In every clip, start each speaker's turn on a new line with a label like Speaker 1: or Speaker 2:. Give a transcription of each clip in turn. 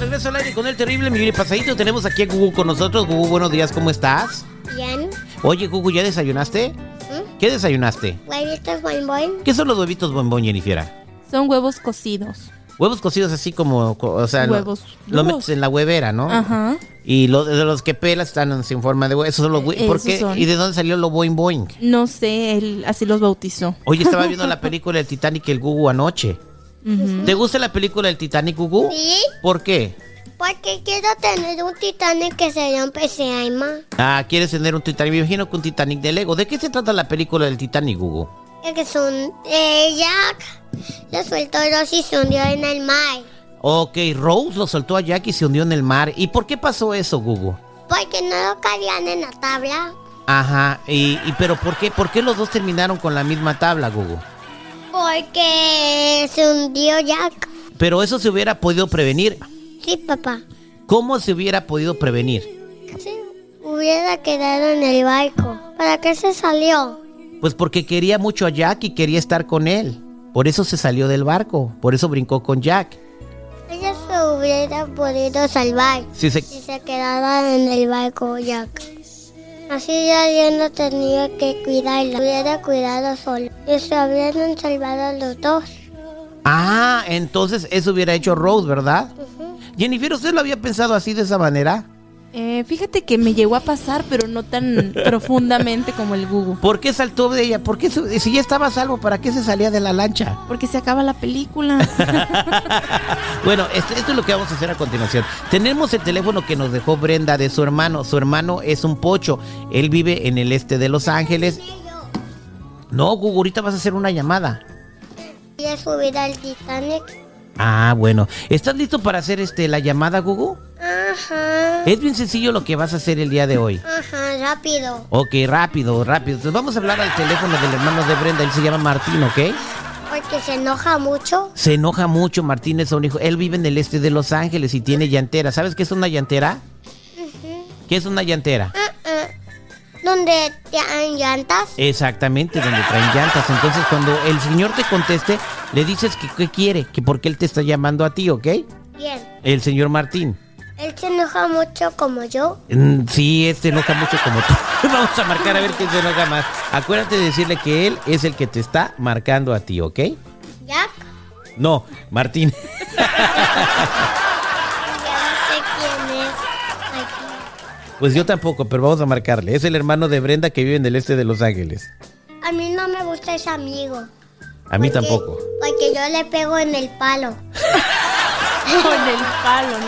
Speaker 1: Rincón del Terrible, mi pasadito. Tenemos aquí a Gugu con nosotros. Gugu, buenos días, ¿cómo estás?
Speaker 2: Bien. ¿Mm?
Speaker 1: Oye, Gugu, ¿ya desayunaste? ¿Qué desayunaste?
Speaker 2: Huevitos buen buen.
Speaker 1: ¿Qué son los huevitos bombón, Jennifiera?
Speaker 3: Son huevos cocidos.
Speaker 1: Huevos cocidos así como, co- o sea, lo-
Speaker 3: Huevos
Speaker 1: lo,
Speaker 3: duros.
Speaker 1: metes en la huevera, ¿no?
Speaker 3: Ajá.
Speaker 1: Y los, de los que pelas están sin forma de huevo. Esos son los hue-
Speaker 3: Eh,
Speaker 1: ¿Por
Speaker 3: esos
Speaker 1: qué?
Speaker 3: son.
Speaker 1: ¿Y de dónde salió lo boing boing?
Speaker 3: No sé, él así los bautizó.
Speaker 1: Oye, estaba viendo la película El Titanic el Gugu anoche.
Speaker 3: Ujú.
Speaker 1: ¿Te gusta la película El Titanic Gugu?
Speaker 2: Sí,
Speaker 1: ¿Por qué?
Speaker 2: porque quiero tener un Titanic que se rompe y se arma.
Speaker 1: Ah, quieres tener un Titanic. Me imagino que un Titanic de Lego. ¿De qué se trata la película del Titanic Gugu?
Speaker 2: El que son eh, Jack lo soltó dos y se hundió en el mar.
Speaker 1: Ok, Rose lo soltó a Jack y se hundió en el mar. ¿Y por qué pasó eso, Gugu?
Speaker 2: Porque no lo cargan en la tabla.
Speaker 1: Ajá, y, y- pero ¿por qué? ¿Por qué los dos terminaron con la misma tabla, Gugu?
Speaker 2: Porque se hundió Jack.
Speaker 1: Pero eso se hubiera podido prevenir.
Speaker 2: Sí, papá.
Speaker 1: ¿Cómo se hubiera podido prevenir?
Speaker 2: Sí. Hubiera quedado en el barco. ¿Para qué se salió?
Speaker 1: Pues porque quería mucho a Jack y quería estar con él. Por eso se salió del barco, por eso brincó con Jack.
Speaker 2: Ella se hubiera podido salvar.
Speaker 1: Si se...
Speaker 2: Si se quedaba en el barco Jack. Así ya yo no tenía que cuidarla. Hubiera cuidado solo. Y se habrían salvado los dos.
Speaker 1: Ah, entonces eso hubiera hecho Rose, ¿verdad? Jennifer, ¿usted lo había pensado así de esa manera?
Speaker 3: Eh, fíjate que me llegó a pasar, pero no tan profundamente como el Gugu.
Speaker 1: ¿Por qué saltó de ella? ¿Por qué se- si ya estaba a salvo, ¿para qué se salía de la lancha?
Speaker 3: Porque se acaba la película.
Speaker 1: Bueno, esto, esto es lo que vamos a hacer a continuación. Tenemos el teléfono que nos dejó Brenda de su hermano. Su hermano es un pocho. Él vive en el este de Los Ángeles. No, Gugu, ahorita vas a hacer una llamada.
Speaker 2: Ella subir al Titanic.
Speaker 1: Ah, bueno. ¿Estás listo para hacer este la llamada, Gugu?
Speaker 2: Ajá.
Speaker 1: Es bien sencillo lo que vas a hacer el día de hoy.
Speaker 2: Ajá, rápido.
Speaker 1: Ok, rápido, rápido. Entonces vamos a hablar al teléfono del hermano de Brenda. Él se llama Martín, ¿ok?
Speaker 2: Porque se enoja mucho.
Speaker 1: Se enoja mucho Martín es un hijo. Él vive en el este de Los Ángeles y tiene llantera. ¿Sabes qué es una llantera? ¿Qué es una llantera?
Speaker 2: Ah, ah. Donde te dan llantas.
Speaker 1: Exactamente, donde traen llantas. Entonces, cuando el señor te conteste, le dices que qué quiere, que porque él te está llamando a ti, ¿ok?
Speaker 2: Bien.
Speaker 1: El señor Martín.
Speaker 2: Él se enoja mucho como yo.
Speaker 1: Mm, sí, este enoja mucho como tú. Vamos a marcar a ver quién se enoja más. Acuérdate de decirle que él es el que te está marcando a ti, ¿ok?
Speaker 2: Jack.
Speaker 1: No, Martín.
Speaker 2: Ya no sé quién es aquí.
Speaker 1: Pues yo tampoco, pero vamos a marcarle. Es el hermano de Brenda que vive en el este de Los Ángeles.
Speaker 2: A mí no me gusta ese amigo.
Speaker 1: A mí
Speaker 2: Porque-
Speaker 1: tampoco.
Speaker 2: Porque yo le pego en el palo.
Speaker 3: Con el palo, ¿no?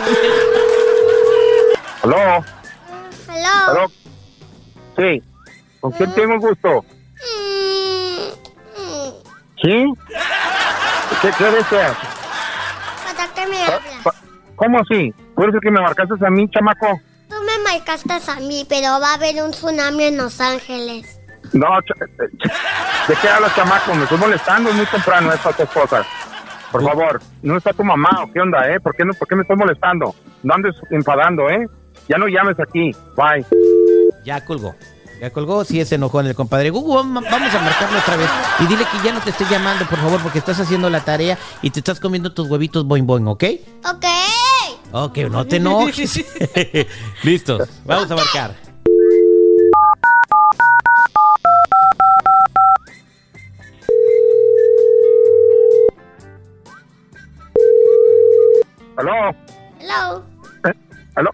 Speaker 4: ¿Aló?
Speaker 2: Hello.
Speaker 4: ¿Aló? Sí. ¿Con quién tengo el gusto?
Speaker 2: Mm, mm,
Speaker 4: ¿Sí? ¿Qué quieres ser?
Speaker 2: ¿Para qué
Speaker 4: ¿Ah?
Speaker 2: me hablas?
Speaker 4: ¿Cómo así? ¿Puede ser que me marcaste a mí, chamaco?
Speaker 2: Tú me marcaste a mí, pero va a haber un tsunami en Los Ángeles.
Speaker 4: No, ch- eh, ch- ¿de qué hablas, chamaco? Me estoy molestando es muy temprano estas dos cosas. Por favor, ¿no está tu mamá o qué onda, eh? ¿Por qué, no, por qué me estás molestando? No andes enfadando, eh? Ya no llames aquí. Bye.
Speaker 1: Ya colgó. Ya colgó, sí se enojó en el compadre. Gugu, vam- vamos a marcarlo otra vez. Y dile que ya no te esté llamando, por favor, porque estás haciendo la tarea y te estás comiendo tus huevitos boing boing, ¿ok?
Speaker 2: Ok.
Speaker 1: Ok, no te enojes. Listos, vamos a marcar.
Speaker 4: ¿Aló?
Speaker 2: Hello.
Speaker 4: ¿Aló?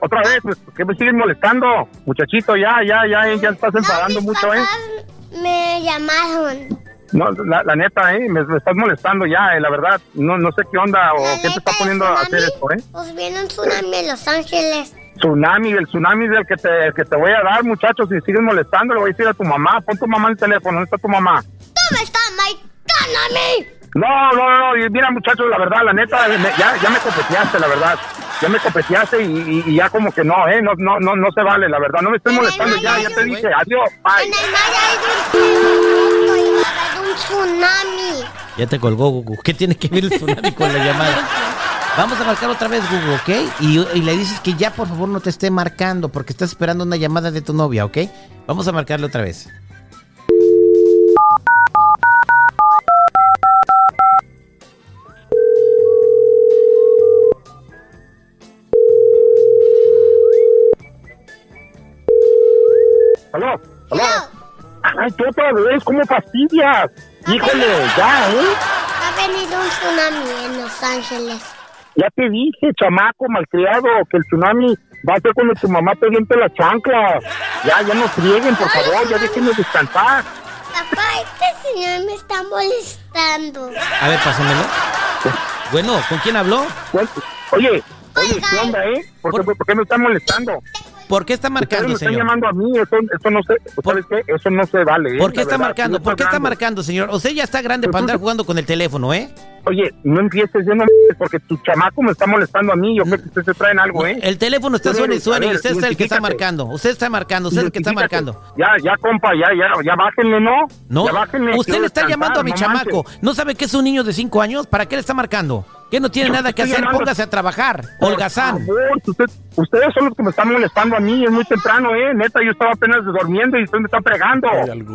Speaker 4: Otra vez, pues, ¿por ¿qué me sigues molestando? Muchachito, ya, ya, ya, eh, ya estás enfadando
Speaker 2: mis
Speaker 4: mucho, ¿eh?
Speaker 2: papás me llamaron.
Speaker 4: No, la, la neta, ¿eh? Me, me estás molestando ya, eh, la verdad. No, no sé qué onda o
Speaker 2: La
Speaker 4: Oh, qué te
Speaker 2: neta,
Speaker 4: está
Speaker 2: el
Speaker 4: poniendo a hacer
Speaker 2: tsunami,
Speaker 4: esto, ¿eh?
Speaker 2: Pues viene un tsunami en Los Ángeles.
Speaker 4: Tsunami, el tsunami del que te, el que te voy a dar, muchachos. Si sigues molestando, le voy a decir a tu mamá. Pon tu mamá en el teléfono, ¿dónde está tu mamá?
Speaker 2: ¡Tú me estás marcando a mí!
Speaker 4: No, no, no. y Mira, muchachos, la verdad, la neta, eh, me- ya, ya me copeteaste, la verdad. Ya me copeteaste y, y- y ya como que no, ¿eh? No, no, no, no se vale, la verdad. No me estés
Speaker 2: Pero
Speaker 4: molestando
Speaker 2: no,
Speaker 4: ya,
Speaker 2: ya,
Speaker 4: ya te
Speaker 2: ya.
Speaker 4: dije. Adiós, bye.
Speaker 2: En el mar hay un terremoto y va a haber un tsunami.
Speaker 1: Ya te colgó, Gugu. ¿Qué tiene que ver el tsunami con la llamada? Vamos a marcar otra vez, Gugu, ¿ok? Y, y le dices que ya, por favor, no te esté marcando porque estás esperando una llamada de tu novia, ¿ok? Vamos a marcarle otra vez.
Speaker 4: Ay, tú otra vez, ¿cómo fastidias?
Speaker 2: pues,
Speaker 4: Híjole, ya, ¿eh?
Speaker 2: Ha venido un tsunami en Los Ángeles.
Speaker 4: Ya te dije, chamaco malcriado, que el tsunami va a ser cuando tu mamá te viente la chancla. Ya, ya no frieguen, por favor, ya déjenme descansar.
Speaker 2: Papá, este señor me está molestando.
Speaker 1: A ver, pásamelo. Bueno, ¿con quién habló?
Speaker 4: Pues, Oye, oye, ¿qué onda, eh? ¿Por, qué- por qué me están molestando?
Speaker 1: ¿Por qué está
Speaker 4: Ustedes me
Speaker 1: marcando,
Speaker 4: están
Speaker 1: señor?
Speaker 4: llamando a mí, eso, eso no se, ¿sabes qué? Eso no se vale. ¿eh?
Speaker 1: ¿Por qué
Speaker 4: La
Speaker 1: está
Speaker 4: verdad,
Speaker 1: marcando?
Speaker 4: tú
Speaker 1: ¿Por qué está
Speaker 4: hablando.
Speaker 1: marcando, señor? Usted ya está grande para andar jugando con el teléfono, ¿eh?
Speaker 4: Oye, no empieces, yo no porque tu chamaco me está molestando a mí, yo creo que ustedes se traen algo, ¿eh?
Speaker 1: El teléfono está
Speaker 4: A ver,
Speaker 1: suene y suene
Speaker 4: a
Speaker 1: y
Speaker 4: ver,
Speaker 1: usted es el que está
Speaker 4: identifícate.
Speaker 1: marcando. Usted está marcando, usted es el que está
Speaker 4: Identifícate.
Speaker 1: marcando.
Speaker 4: Ya, ya, compa, ya, ya, ya bájenle, ¿no?
Speaker 1: No,
Speaker 4: Ya bájenle,
Speaker 1: usted
Speaker 4: quiero
Speaker 1: le está
Speaker 4: descansar,
Speaker 1: llamando a mi
Speaker 4: no
Speaker 1: chamaco.
Speaker 4: manches.
Speaker 1: ¿No sabe que es un niño de 5 años? ¿Para qué le está marcando? Que no tiene
Speaker 4: Yo
Speaker 1: nada que
Speaker 4: estoy
Speaker 1: hacer,
Speaker 4: llamando-
Speaker 1: póngase a trabajar.
Speaker 4: Por
Speaker 1: Holgazán.
Speaker 4: favor, Ah, usted- ustedes son los que me están molestando a mí, es muy temprano, ¿eh? Neta, yo estaba apenas durmiendo y usted me está fregando.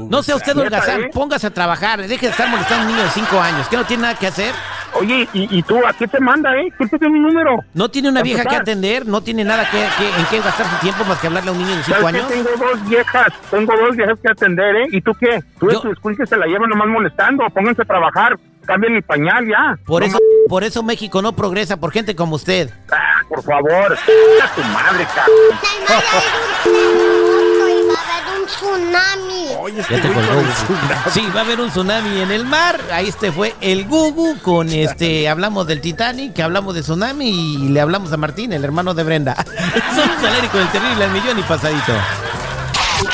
Speaker 1: No sea usted
Speaker 4: Neta,
Speaker 1: holgazán,
Speaker 4: ¿eh?
Speaker 1: póngase a trabajar. Deje de estar molestando a un niño de 5 años. ¿Que no tiene nada que hacer?
Speaker 4: Oye, ¿y, y tú a qué te manda, eh? ¿Quién te dio mi número?
Speaker 1: ¿No tiene una
Speaker 4: Para
Speaker 1: vieja que
Speaker 4: empezar.
Speaker 1: atender? ¿No tiene nada que, que- en qué gastar su tiempo más que hablarle a un niño de 5
Speaker 4: ¿Sabes qué?
Speaker 1: años?
Speaker 4: Tengo dos viejas, tengo dos viejas que atender, ¿eh? ¿Y tú qué? Tú
Speaker 1: Yo-
Speaker 4: esos escuinches se la llevan nomás molestando, pónganse a trabajar, cambien el pañal ya.
Speaker 1: Por
Speaker 4: No
Speaker 1: eso, por eso México no progresa por gente como usted.
Speaker 4: ma- ah, por favor, a tu madre, cabrón.
Speaker 2: Tal vez hay un terremoto y va a haber un tsunami.
Speaker 1: Ya te colgó. Sí, va a haber un tsunami en el mar. Ahí este fue el Gugu con este. Hablamos del Titanic, hablamos de tsunami y le hablamos a Martín, el hermano de Brenda. Somos al aire con el terrible al millón y pasadito.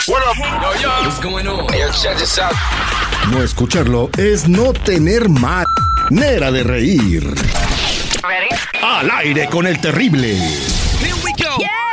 Speaker 5: What's going on? Yo, check this out.
Speaker 6: No escucharlo es no tener manera de reír. Al aire con el terrible.
Speaker 5: Here we go. Yeah.